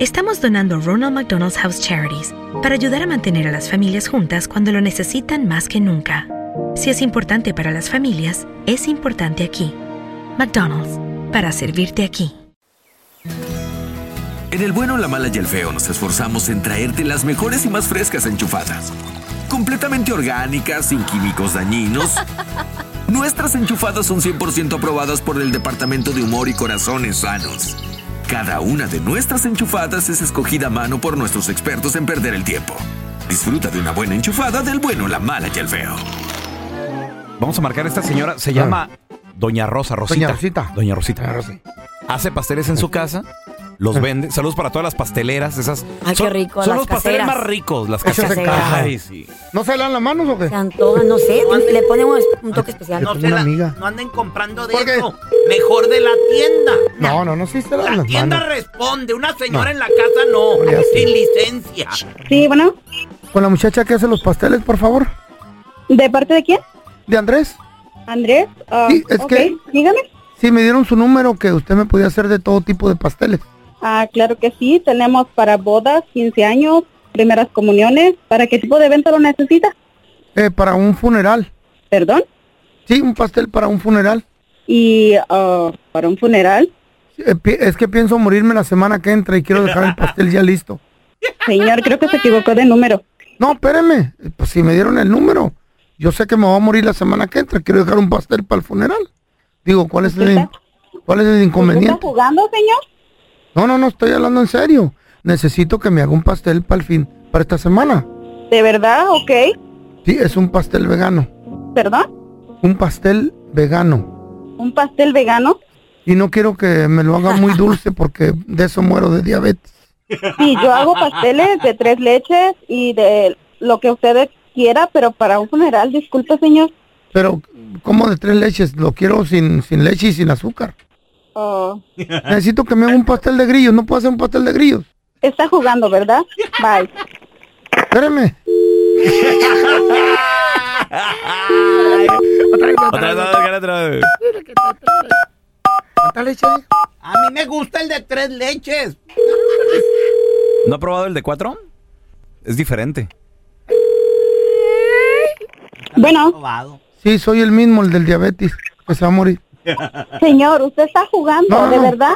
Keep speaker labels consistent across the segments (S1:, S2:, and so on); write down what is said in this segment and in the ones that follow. S1: Estamos donando Ronald McDonald's House Charities para ayudar a mantener a las familias juntas cuando lo necesitan más que nunca. Si es importante para las familias, es importante aquí. McDonald's, para servirte aquí.
S2: En el bueno, la mala y el feo nos esforzamos en traerte las mejores y más frescas enchufadas. Completamente orgánicas, sin químicos dañinos. Nuestras enchufadas son 100% aprobadas por el Departamento de Humor y Corazones Sanos. Cada una de nuestras enchufadas es escogida a mano por nuestros expertos en perder el tiempo. Disfruta de una buena enchufada del bueno, la mala y el feo.
S3: Vamos a marcar a esta señora. Se llama Doña Rosa Rosita.
S4: Doña Rosita.
S3: Doña Rosita. Hace pasteles en su casa. Los vende. Saludos para todas las pasteleras. Esas
S5: Ay,
S3: son,
S5: qué rico,
S3: Son
S5: las
S3: los pasteles
S5: caseras.
S3: más ricos, las
S4: Esas
S3: caseras.
S4: en
S5: casa.
S3: Ay, sí.
S4: ¿No se dan las manos o qué?
S5: Están todas, no sé, le ponemos un toque especial.
S6: No,
S4: tengo
S6: se
S4: una
S6: la-
S4: amiga.
S6: no anden comprando de
S4: ¿Por qué?
S6: eso. Mejor de la tienda.
S4: No, no, no, sí se dan
S6: La
S4: las
S6: tienda
S4: manos.
S6: responde. Una señora en la casa no.
S4: Ya sé.
S6: Sin licencia.
S7: Sí, bueno,
S4: Con la muchacha que hace los pasteles, por favor.
S7: ¿de parte de quién?
S4: De Andrés.
S7: Andrés. ah,
S4: Sí, es
S7: ok,
S4: que-
S7: Dígame.
S4: Sí, me dieron su número que usted me podía hacer de todo tipo de pasteles.
S7: Ah, claro que sí, tenemos para bodas, 15 años, primeras comuniones. ¿Para qué tipo de evento lo necesita?
S4: Eh, para un funeral.
S7: Perdón.
S4: Sí, un pastel para un funeral.
S7: Y ah, para un funeral.
S4: Eh, pi- es que pienso morirme la semana que entra y quiero dejar el pastel ya listo.
S7: Señor, creo que se equivocó de número.
S4: No, espéreme. eh, Pues si me dieron el número. Yo sé que me voy a morir la semana que entra. Quiero dejar un pastel para el funeral. Digo, ¿cuál es el, cuál es el
S7: ¿Está
S4: inconveniente?
S7: jugando, señor?
S4: No, no, no, estoy hablando en serio. Necesito que me haga un pastel para el fin, para esta semana.
S7: ¿De verdad? Ok.
S4: Sí, es un pastel vegano.
S7: ¿Perdón?
S4: Un pastel vegano.
S7: ¿Un pastel vegano?
S4: Y no quiero que me lo haga muy dulce porque de eso muero de diabetes.
S7: Sí, yo hago pasteles de tres leches y de lo que usted quiera, pero para un funeral, disculpe, señor.
S4: Pero, como de tres leches? Lo quiero sin, sin leche y sin azúcar.
S7: Ah,
S4: Necesito que me haga un pastel de grillos. No puedo hacer un pastel de grillos.
S7: está jugando, ¿verdad? Bye.
S4: Espéreme.
S3: Otra vez, otra vez, otra vez.
S4: ¿Cuánta leche?
S6: A mí me gusta el de tres leches.
S3: ¿No ha probado el de cuatro? Es diferente.
S7: Bueno.
S6: Probado.
S4: Sí, soy el mismo, el del diabetes, que se va a morir.
S7: Señor, usted está jugando,
S4: No, no,
S7: ¿de
S4: no.
S7: verdad?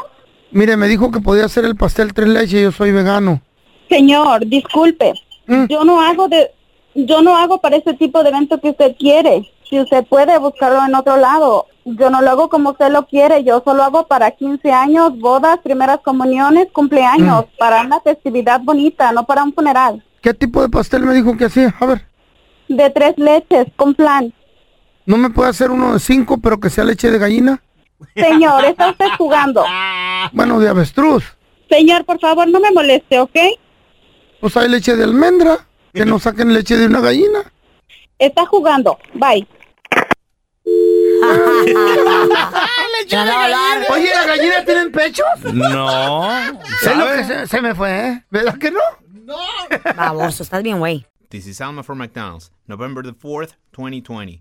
S4: Mire, me dijo que podía hacer el pastel tres leches. Yo soy vegano.
S7: Señor, disculpe.
S4: Mm.
S7: Yo no hago de yo no hago para ese tipo de evento que usted quiere. Si usted puede buscarlo en otro lado. Yo no lo hago como usted lo quiere, yo solo hago para 15 años, bodas, primeras comuniones, cumpleaños,
S4: Mm.
S7: para una festividad bonita, no para un funeral.
S4: ¿Qué tipo de pastel me dijo que hacía? A ver.
S7: De tres leches, con plan.
S4: ¿No me puede hacer uno de cinco, pero que sea leche de gallina?
S7: Señor, está usted jugando.
S4: Bueno, de avestruz.
S7: Señor, por favor, no me moleste, ¿ok?
S4: Pues hay leche de almendra, que no saquen leche de una gallina.
S7: Está jugando. Bye.
S5: Ya la va a hablar.
S4: Oye, ¿las gallinas tienen pechos?
S3: No.
S4: Es lo que se, se me fue, ¿eh? ¿Verdad que no?
S5: Baboso, estás bien, güey.
S8: This is Alma for McDonald's, November the 4th, 2020.